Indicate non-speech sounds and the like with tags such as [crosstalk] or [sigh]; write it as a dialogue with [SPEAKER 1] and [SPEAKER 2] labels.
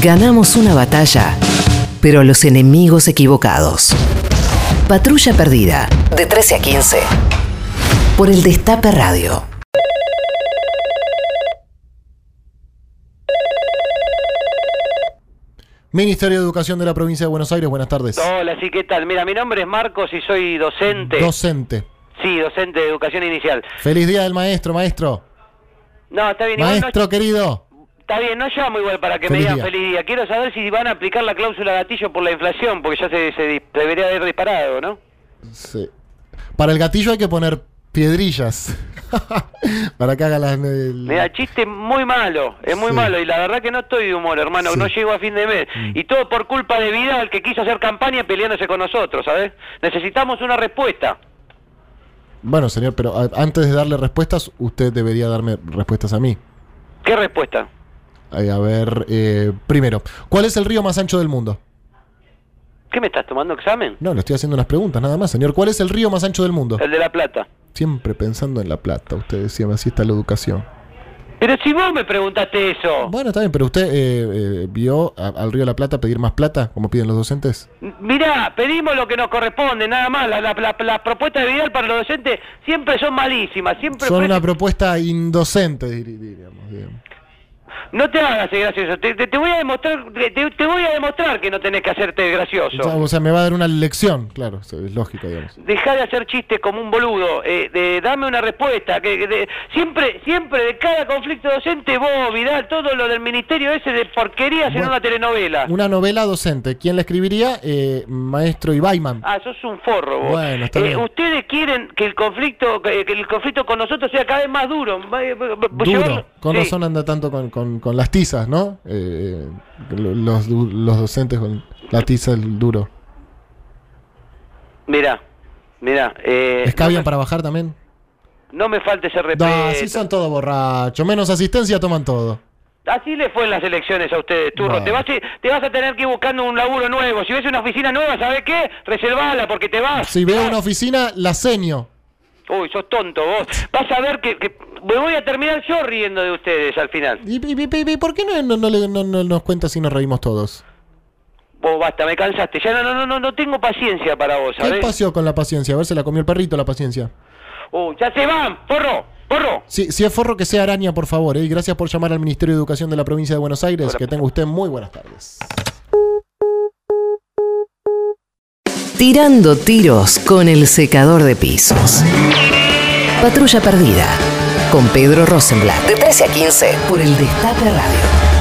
[SPEAKER 1] Ganamos una batalla, pero a los enemigos equivocados. Patrulla perdida, de 13 a 15, por el Destape Radio.
[SPEAKER 2] Ministerio de Educación de la Provincia de Buenos Aires, buenas tardes.
[SPEAKER 3] Hola, sí, ¿qué tal? Mira, mi nombre es Marcos y soy docente.
[SPEAKER 2] Docente.
[SPEAKER 3] sí, docente de educación inicial.
[SPEAKER 2] Feliz día del maestro, maestro.
[SPEAKER 3] No, está bien, igual no-
[SPEAKER 2] Maestro querido.
[SPEAKER 3] está bien, no llamo igual para que
[SPEAKER 2] Feliz
[SPEAKER 3] me digan
[SPEAKER 2] día.
[SPEAKER 3] feliz día. Quiero saber si van a aplicar la cláusula gatillo por la inflación, porque ya se, se dis- debería haber disparado, ¿no?
[SPEAKER 2] Sí. Para el gatillo hay que poner piedrillas. [laughs] Para que haga las. el-
[SPEAKER 3] Mira, chiste muy malo, es muy
[SPEAKER 2] Mm. Sí.
[SPEAKER 3] malo y la verdad que no estoy de humor, hermano,
[SPEAKER 2] Sí. Mm.
[SPEAKER 3] no llego a fin de mes. Y todo por culpa de Vidal que quiso hacer campaña peleándose con nosotros, ¿sabes? Necesitamos una respuesta.
[SPEAKER 2] Bueno, señor, pero a- antes de darle respuestas, usted debería darme respuestas a mí.
[SPEAKER 3] ¿Qué respuesta?
[SPEAKER 2] Ay, A ver, eh, primero, ¿cuál es el río más ancho del mundo?
[SPEAKER 3] ¿Qué me estás tomando examen?
[SPEAKER 2] No, le estoy haciendo unas preguntas, nada más, señor. ¿Cuál es el río más ancho del mundo?
[SPEAKER 3] El de la plata.
[SPEAKER 2] Siempre pensando en la plata, usted decía, así está la educación.
[SPEAKER 3] Pero si vos me preguntaste eso.
[SPEAKER 2] Bueno, está bien, pero usted eh, eh, vio a- al Río de la Plata pedir más plata, como piden los docentes.
[SPEAKER 3] Mirá, pedimos lo que nos corresponde, nada más. La- la- la- Las propuestas de Vidal para los docentes siempre son malísimas. Siempre
[SPEAKER 2] Son
[SPEAKER 3] ofrecen-
[SPEAKER 2] una propuesta indocente, diri- diríamos. digamos.
[SPEAKER 3] No te hagas el gracioso. Te, te- te voy a demostrar, te, te voy a demostrar que no tenés que hacerte el gracioso.
[SPEAKER 2] O sea, me va a dar una lección, claro, eso es lógico, digamos.
[SPEAKER 3] Deja de hacer chistes como un boludo. eh, de- dame una respuesta. Que, que de- siempre, siempre de cada conflicto docente, vos, Vidal, todo lo del ministerio ese de porquerías en
[SPEAKER 2] Bueno.
[SPEAKER 3] una telenovela.
[SPEAKER 2] Una novela docente, ¿quién la escribiría? Eh, Maestro Ibaiman.
[SPEAKER 3] Ah, sos un forro vos. Eh,
[SPEAKER 2] Bueno, está bien.
[SPEAKER 3] Ustedes quieren que el conflicto que que el conflicto con nosotros sea cada vez más duro. Eh, Va- va- va-
[SPEAKER 2] Duro,
[SPEAKER 3] llevarlo-
[SPEAKER 2] con
[SPEAKER 3] pues Sí.
[SPEAKER 2] razón anda tanto con, con- con las tizas, ¿no? Eh, lo- los, du- los docentes con la tiza, el duro.
[SPEAKER 3] Mirá, mirá. Eh,
[SPEAKER 2] ¿Escabian para bajar también?
[SPEAKER 3] No me falte ese respeto.
[SPEAKER 2] Da, sí son todos borrachos, menos asistencia toman todo.
[SPEAKER 3] Así le fue en las elecciones a ustedes, Turro.
[SPEAKER 2] Bueno.
[SPEAKER 3] Te, vas, te, te vas a tener que ir buscando un laburo nuevo. Si ves una oficina nueva, ¿sabes qué? Reservala porque te vas.
[SPEAKER 2] Si veo una oficina, la seño.
[SPEAKER 3] Uy, sos tonto vos. Vas a ver que, que me voy a terminar yo riendo de ustedes al final.
[SPEAKER 2] ¿Y, y- y- y por qué no, no- no le- no- no nos cuenta si nos reímos todos?
[SPEAKER 3] Vos basta, me cansaste. Ya no, no, no, no, no tengo paciencia para vos,
[SPEAKER 2] ¿Qué
[SPEAKER 3] ¿sabés?
[SPEAKER 2] pasó con la paciencia? A ver, se la comió el perrito la paciencia.
[SPEAKER 3] Uy, Oh, ya se van, porro, porro.
[SPEAKER 2] Sí, si es forro, que sea araña, por favor. ¿eh? Y gracias por llamar al Ministerio de Educación de la Provincia de Buenos Aires. Que tenga usted muy buenas tardes.
[SPEAKER 1] Tirando tiros con el secador de pisos. Patrulla perdida, con Pedro Rosenblatt, de 13 a 15, por el Destape Radio.